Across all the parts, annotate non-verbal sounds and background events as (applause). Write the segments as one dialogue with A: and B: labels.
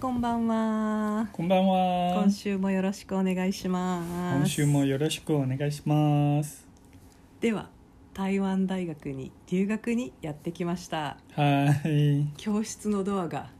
A: こんばんは。
B: こんばんは
A: 今。週もよろしくお願いします。
B: 今週もよろしくお願いします。
A: では、台湾大学に留学にやってきました。
B: はい。
A: 教室のドアが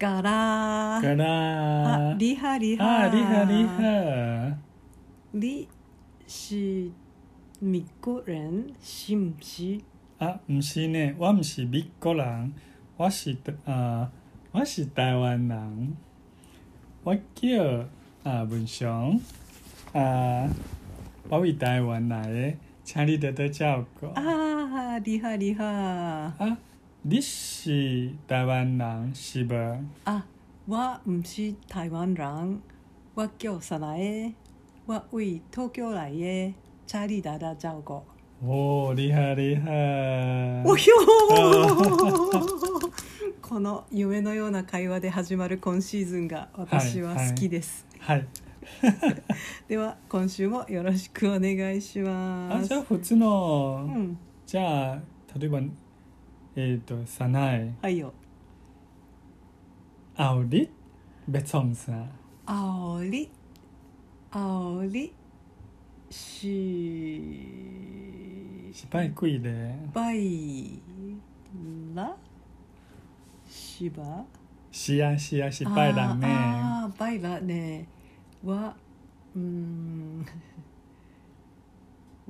A: ガラー。
B: から。
A: あ、リハリハ。
B: あ、リハリ。ハ。
A: リシミコレンシムシ。
B: あ、不是ね。我不是美国人。我是あ、我是台湾人。我叫あ文雄。あ、我为台湾来的，请你多多照顾。
A: あー、リハリハ。
B: あ、你是台湾人是不？
A: あ、わんし台湾人。わきょうさなえ。わうい東京来え。チャリダダジャオゴ。
B: おー、リハリハ。
A: おひょー (laughs) この夢のような会話で始まる今シーズンが私は好きです。
B: はい。
A: では今週もよろしくお願いしま
B: あ、
A: す
B: じゃ。あ普通の、
A: うん、
B: じゃあ例えばえっ、とさない
A: はいよ。
B: あおりべつんさん
A: あおり、あおり、し、
B: 失敗くいで
A: バイラシバ
B: しやしや失敗だね
A: あーあーバイラねはうーん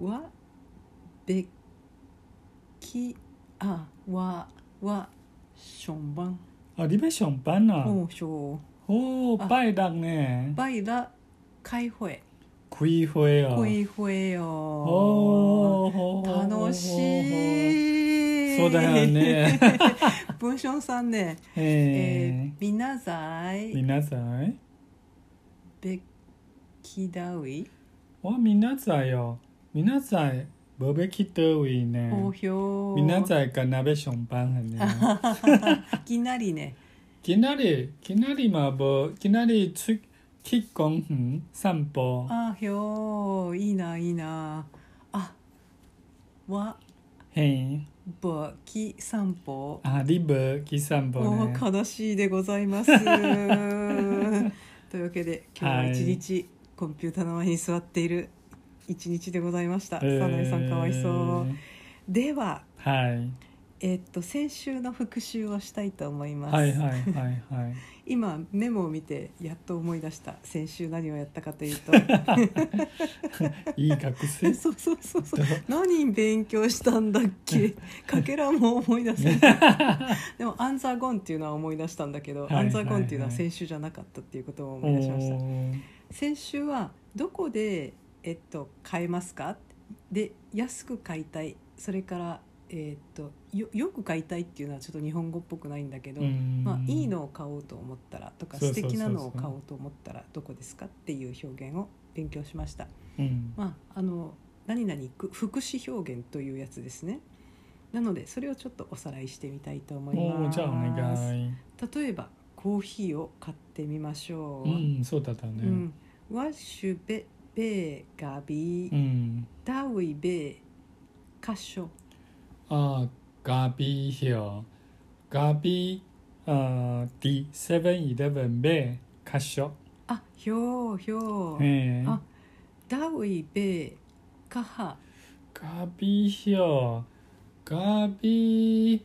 A: はべきあははションバン
B: あリベションパンナ
A: おうしょ
B: おおパイだね
A: うバイラ開会
B: くいほえよ
A: ほいほえよ
B: おお
A: 楽
B: い
A: しい
B: そうだよね
A: 文章さんねえ
B: え
A: ー、みなさ
B: ー、み
A: い
B: なさい
A: べきだうい
B: おみなさいよみなさいボベキトウイね
A: 好評
B: みなさいかなべションパンはね
A: いきなりね
B: きなり、きなりまぼ、きなりつ、きこんふん、散歩。
A: あひょーいいないいなあわ
B: へい。
A: ぼき散歩
B: あ、リブ、き散歩
A: お
B: ね。
A: 悲しいでござい
B: (laughs)
A: ますというわけで今日は一日、コンピューターの前に座っている一日でございました、
B: えー
A: サナエさんかわいそうでは
B: はい。
A: えっと先週の復習をしたいと思います、
B: はいはいはいはい。
A: 今メモを見てやっと思い出した先週何をやったかというと
B: いい学
A: (laughs)
B: 生。
A: そうそうそうそう何勉強したんだっ
B: (laughs)
A: けかけらも思い出せないでも「アンザーゴン」っていうのは思い出したんだけど「
B: はいはいはい
A: アンザーゴン」っていうのは先週じゃなかったっていうことを思い出しました先週はどこで、えっと、買えますかで安く買いたいそれから、えっとよよく買いたいっていうのはちょっと日本語っぽくないんだけど、まあ、いい
B: の。
A: のを買おうと思ったらとか
B: そう
A: 素
B: そうそうそう
A: 敵なのを買おうと思ったらどこですかっていう表現を勉強しました。
B: うん。
A: まあ、あの何々く福祉表現というやつですねなのでそれをちょっとおさらいしてみたいと思い
B: お
A: ま
B: ー
A: す
B: じゃあお願い。
A: 例えばコーヒーを買ってみましょう、
B: うん、そうだった
A: う
B: ね。
A: んワッシュベベーガビー、
B: うん。
A: ダウイベーカッショ
B: あ、ガビよ。ガビ、あ、D、セブンイレブンベ、カショ。
A: あひょうひょう、
B: えー
A: あダウイベーカハ
B: ガビヒョガビ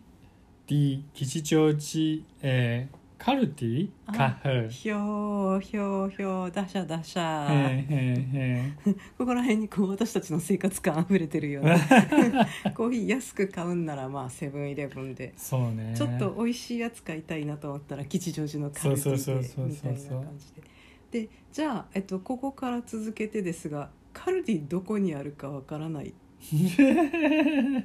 B: ディ吉祥寺えー、カルティ
A: あ
B: カフえ
A: ひょうひょうひょうダシャダシャ、
B: ーえーえ
A: ここら辺にこう私たちの生活感あふれてるよ
B: (laughs)
A: ねコーヒー安く買うんならまあセブンイレブンで
B: ー、そうね
A: ちょっと美味しいやつ買いたいなと思ったら吉祥寺のカルディ
B: そうそうそうそ
A: で
B: う
A: みたいな感じででじゃあ、えっと、ここから続けてですがカルディどこにあるかわから
B: (laughs)
A: ない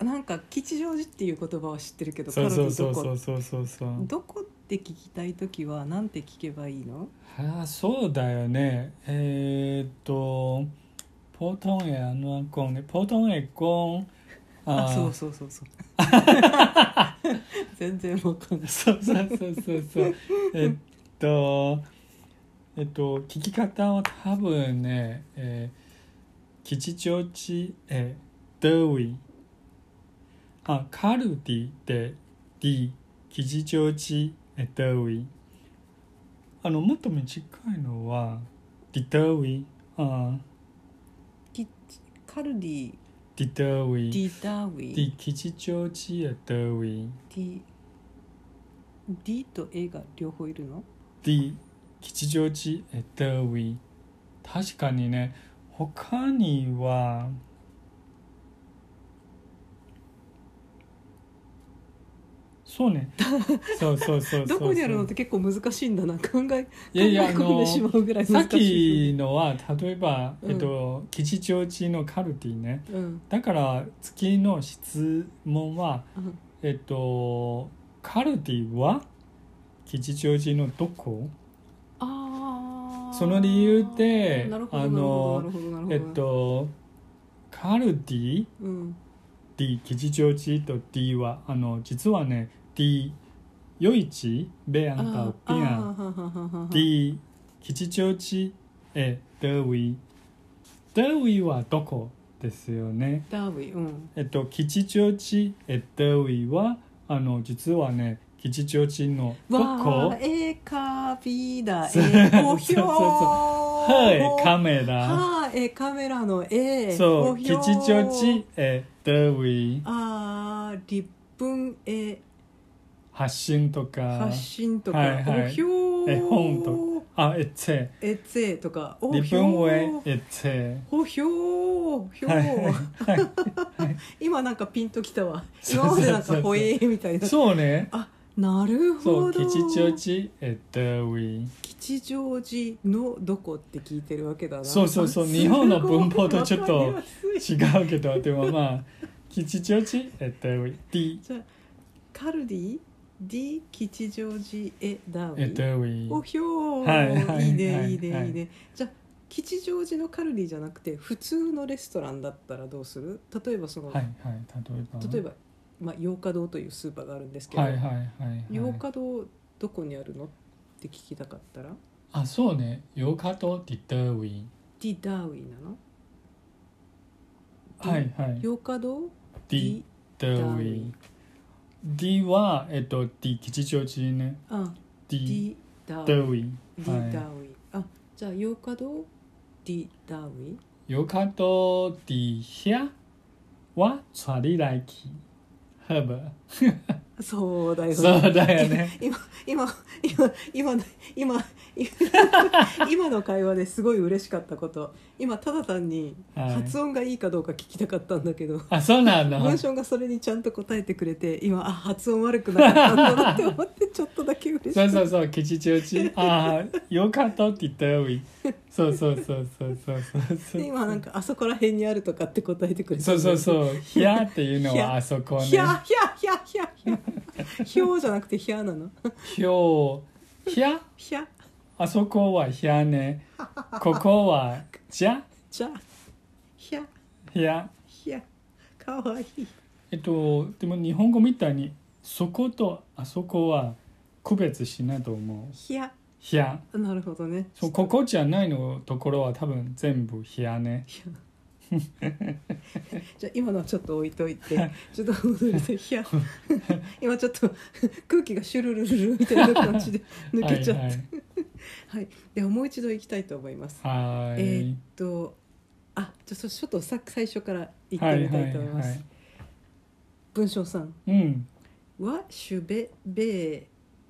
A: なんか吉祥寺っていう言葉は知ってるけど
B: そうそうそ
A: ど
B: うそ
A: こ
B: うそうそうそう
A: どこって聞きたい時はなんて聞けばいいの
B: あーそうだよねえー、っとポートンエアノアコンねポートンエコン
A: あ
B: ー
A: そうそうそう
B: (laughs)
A: そう全然わかんない
B: そうそうそうそうそう。えっと、えっと、聞き方は多分ね、えー、吉祥寺、えー、ドウイ。あ、カルディで、ディ、吉祥寺、えー、ドウイ。あのもっと短いのはディターウィあ
A: キカルディ
B: ディターウ
A: デ
B: ィ
A: ィダーウィ
B: デ
A: デ
B: ィ吉祥寺やターウィ
A: ィディと A が両方いるの
B: ディ吉祥寺やターウィ確かにね他にはそ
A: (laughs)
B: うねそうそうそうそう
A: どこにある
B: そう
A: のって結構難しいんだな考え考
B: い
A: え
B: やいや
A: 込んでしまうぐらい
B: さ
A: 難
B: っ
A: しい
B: きのは例えば、
A: うん
B: えっと、吉祥寺のカルティね
A: うん
B: だから月の質問は、
A: うん
B: えっと、カルティは吉祥寺のどこ
A: あー
B: その理由で
A: なるほど
B: あの
A: なるほどなるほどな
B: え
A: る
B: っ
A: ほど
B: とカルティ
A: うん、
B: D 吉祥寺と D はあの実はね D 夜市ベアンとピアン
A: ン
B: D 吉祥寺えダーウィダーウィはどこですよね
A: ダーウィンうん
B: えっと吉祥寺えダーウィはあの実はね吉祥寺のど
A: わ
B: こ
A: あ、えー、カビだ、え
B: そう
A: ー、好評
B: そうそうそうはいカ
A: メ
B: メラ
A: はい、えー、カメラの、えー、
B: そ
A: 好
B: う吉
A: 評
B: 祥寺えダーウィ
A: あー、立文、えー、
B: 発信とか
A: 発信とか、
B: はいはい
A: お評
B: 絵本とあえっつ
A: えつえとか、お
B: 日本
A: 評
B: 語へえっつ
A: お評評、今なんかピンときたわ
B: そう
A: 今
B: そうそう
A: までなんかほえーみたいな
B: そうね
A: なる
B: そ
A: ほ
B: う
A: ど
B: 吉祥寺えダーウィ
A: 吉祥寺のどこって聞いてるわけだな
B: そうそうそう
A: あすごい
B: 日本の文法とちょっと
A: わかりやすい
B: 違うけどでもまあ (laughs) 吉祥寺えっと D
A: じゃあカルディ D 吉祥寺へダーウ
B: えっと
A: ィおひょー、
B: はいはい
A: いい
B: は
A: ね
B: い
A: いいね、
B: はい
A: い、いねじゃあ吉祥寺のカルディじゃなくて普通のレストランだったらどうする例えばその、
B: はいはい例えば
A: 例えば、まあ、洋華堂というスーパーがあるんですけど、
B: はいはいはいは
A: 洋
B: い
A: 華堂どこにあるのって聞きたかったら
B: あそうね洋華とディターウィ
A: D ダーウィなの
B: はいはい
A: 洋華堂
B: D ダ
A: ダ
B: ーウィ D はえっと D 吉祥寺ね
A: あ
B: D
A: D ダーウ
B: ダ
A: ィ
B: ーウィ
A: D ダ
B: は
A: ーウィあじゃあ洋華堂 D ダーウィ
B: い洋華と D ヒャはチャリライキハブ
A: そうだよね
B: そうだよね
A: 今今今今の今今今の会話ですごい嬉しかったこと今ただ単に
B: はい
A: 発音がいいかどうか聞きたかったんだけど、
B: あそうなの
A: 文章がそれにちゃんと答えてくれて今あ発音悪くなかったんだなって思
B: (laughs)
A: ってちょっとだけ嬉し
B: そう
A: い
B: そうそう、吉祥寺。ああ、よかったって言ったよ。そうそうそうそうそうそうそう。
A: で今なんかあそこら辺にあるとかって答えてくれて
B: そうそうそう、ひやっていうの
A: ひ
B: は
A: ゃ
B: あそこね。
A: ひゃひゃひゃひゃひゃひょうじゃなくてひゃなの
B: ひょう。ひゃ、
A: ひゃ
B: あそこはひゃね。ここはじゃ、
A: じゃひゃ
B: ひゃ。
A: ひゃかわいい
B: えっと、でも日本語みたいに、そことあそこは区別しないと思う。
A: ひゃ
B: ひゃ。
A: なるほどね
B: そう、ここじゃないのところは多分全部ひゃね。
A: じゃあ今のはちょっと置いといてちょっと戻りたいや今ちょっと空気がシュルルルルみたいな感じで抜けちゃって、はいではもう一度行きたいと思います、
B: はいはい。は
A: え
B: い
A: ーっ。とあじゃあそちょっとさ最初から行
B: は
A: って
B: い
A: み
B: は
A: たい
B: い
A: と思います、
B: はい。
A: 文章さん
B: うん。
A: はシュベベー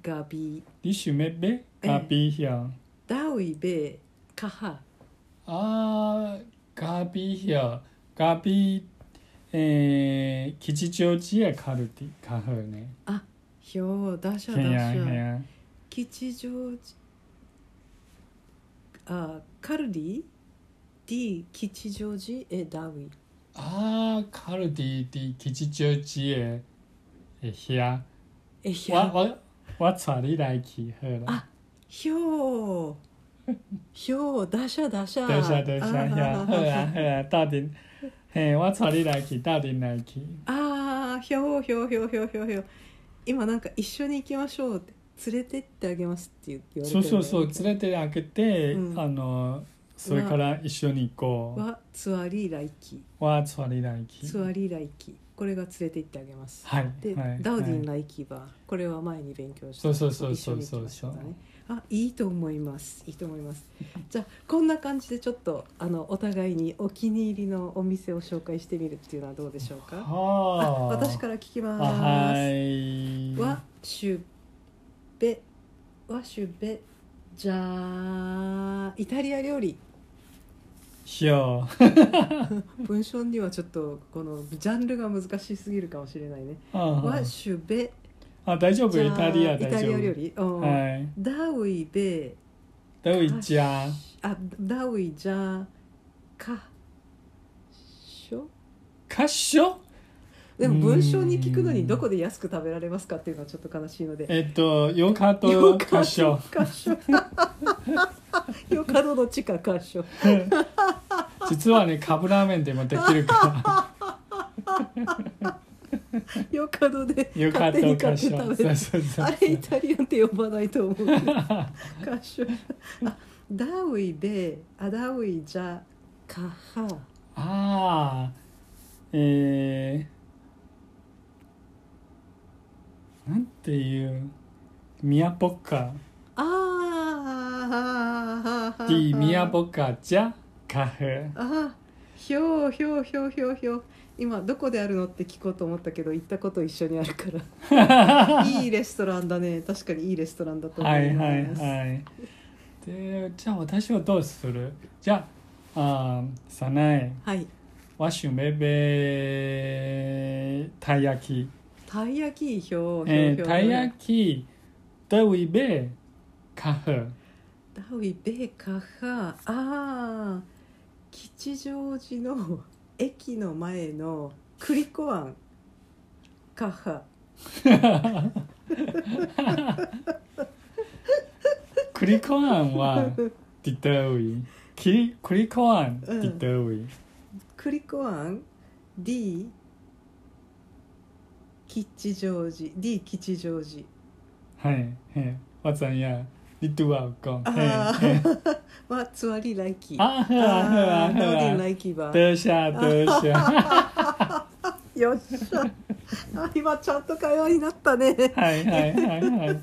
A: ガビ
B: 你想要买咖啡香？
A: ダウイベーカハ
B: 啊，咖啡香，咖啡，诶，吉祥寺的カルティ较好呢。
A: ひょうダシャ
B: 嘿呀
A: ダシ
B: 嘿
A: ャ
B: 呀，
A: 吉祥寺あカルディ D 吉祥寺えダウイ
B: 啊，カルティ伫吉祥寺的诶遐，
A: えひ
B: 我
A: ゃ
B: 我我带你来去好了。
A: あひょうひょうダシャダシャ
B: 等下等下遐，好
A: あ
B: 啊好啊，到底，嘿，我带你来去，到底来去。
A: あーひょうひょうひょうひょうひょうひょう今なんか一緒に行きましょうって連れてってあげますって言われて
B: そうそうそう、
A: つ
B: 連れてあげて、
A: うん
B: あの、それから一緒に行こう。
A: はツアリーライキ
B: はつわり来期
A: ツアリーライキこれが連れて行ってあげます
B: はい
A: で、
B: はい
A: ダウディン・
B: はい
A: ライキーバーこれは前に勉強した
B: そうそうそう
A: 一
B: そ
A: 緒
B: う
A: に行き
B: そう
A: ましょうかねあいいと思いますいいと思いますじゃあこんな感じでちょっとあのお互いにお気に入りのお店を紹介してみるっていうのはどうでしょうかあ
B: はあ。
A: 私から聞きます
B: あはい。
A: わしゅべわしゅべじゃあイタリア料理
B: しよ
A: 文章にはちょっとこのジャンルが難しすぎるかもしれないね
B: う。うん
A: わしゅべ
B: あ、大丈夫。
A: じゃあ
B: イタリア大
A: イタ
B: 丈
A: リア料
B: 夫。
A: 理うん
B: はい。
A: ダウイベ
B: どういっちゃん。
A: あダウイじゃかしょ
B: カッショ
A: でも文章に聞くのにどこで安く食べられますかっていうのはちょっと悲しいので
B: えっと、ヨカ
A: よ
B: とカッショ。
A: かしょ (laughs) よかどの地下かしょ
B: 実はね、カップラーメンでもできるから。
A: よかどで
B: ヨカ
A: 勝手
B: と
A: に
B: カ
A: 買
B: ッ
A: って食
B: ショ。
A: べる
B: そうそうそう。
A: あれイタリアンって呼ばないと思うか (laughs) しょあダウイベあダウイじゃかは
B: ああ、えー、なんていう、ミヤポッカ、
A: ああ
B: D ミヤポッカじゃカフ。
A: ああひょうひょうひょうひょうひょう今どこであるのって聞こうと思ったけど行ったこと一緒にあるから
B: (laughs)
A: いいレストランだね確かにいいレストランだと思
B: はいい
A: ます、
B: はいはい。で、じゃあ私はどうするじゃあ、あーさない、
A: はい
B: わしゅめべ、たい焼き。
A: たい焼きひょうひょうひょう
B: え
A: ひょ
B: ー、
A: う
B: たい焼き、どいべ、カフ。
A: ダウイベーカハああ吉祥寺の駅の前の栗子庵カハ
B: クリコア
A: (laughs)
B: ンは、ディトウイ。キリクリコアン、デ
A: うん
B: ィトウイ。
A: 栗子庵 D 吉祥寺 D 吉祥寺
B: はい、はい。わざんや、リトアウコン。
A: あ
B: はいはい
A: あはつわり来期
B: あふわふ
A: あ
B: わ
A: ーダウリン
B: ふわ。
A: 来期は
B: どうしたどうしたは
A: よっしゃ (laughs) あ今ちゃんと会話になったね (laughs)
B: いはいはいは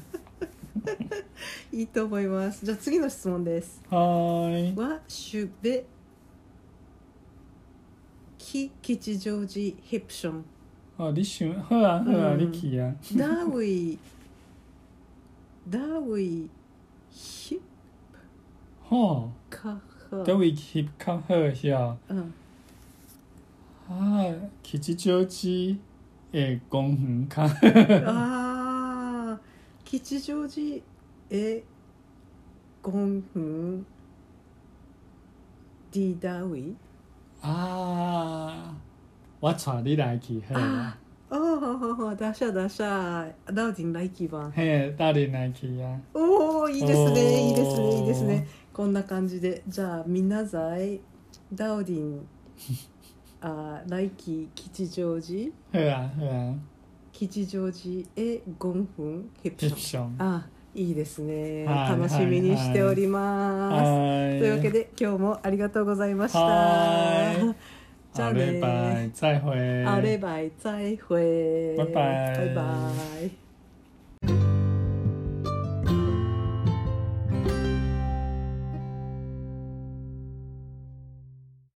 B: い。
A: いいと思いますじゃあ次の質問です
B: はーい。
A: はしゅべき吉祥寺ヘプション
B: あ、リシュン、ふわふわ、
A: うん
B: リキや。
A: ダーウィ
B: (laughs)
A: ダーウィヒ
B: ほ
A: カ
B: う。ど
A: ハ
B: ういヒップカフェや。
A: うん
B: あー、吉祥寺、え、ゴンフンカ。
A: あー吉祥寺えゴンフンディダーウィ
B: あー、わざり来期。へ
A: あああダシャダシャダウディンライキバン
B: へだり来期や。
A: おおいいです
B: おー
A: ねいいですねいいですねこんな感じでじゃあみなさいダウディンあー来季吉祥寺
B: ふわふわ。
A: 吉祥寺へゴンフンヘプション
B: セクション。
A: あいいですね
B: はい
A: 楽しみにしております、
B: はい。
A: というわけで今日もありがとうございました
B: はい
A: じゃあ
B: 哎好嘞，
A: ね
B: 拜，再会。
A: あればい再会
B: バイバイ
A: バイバイ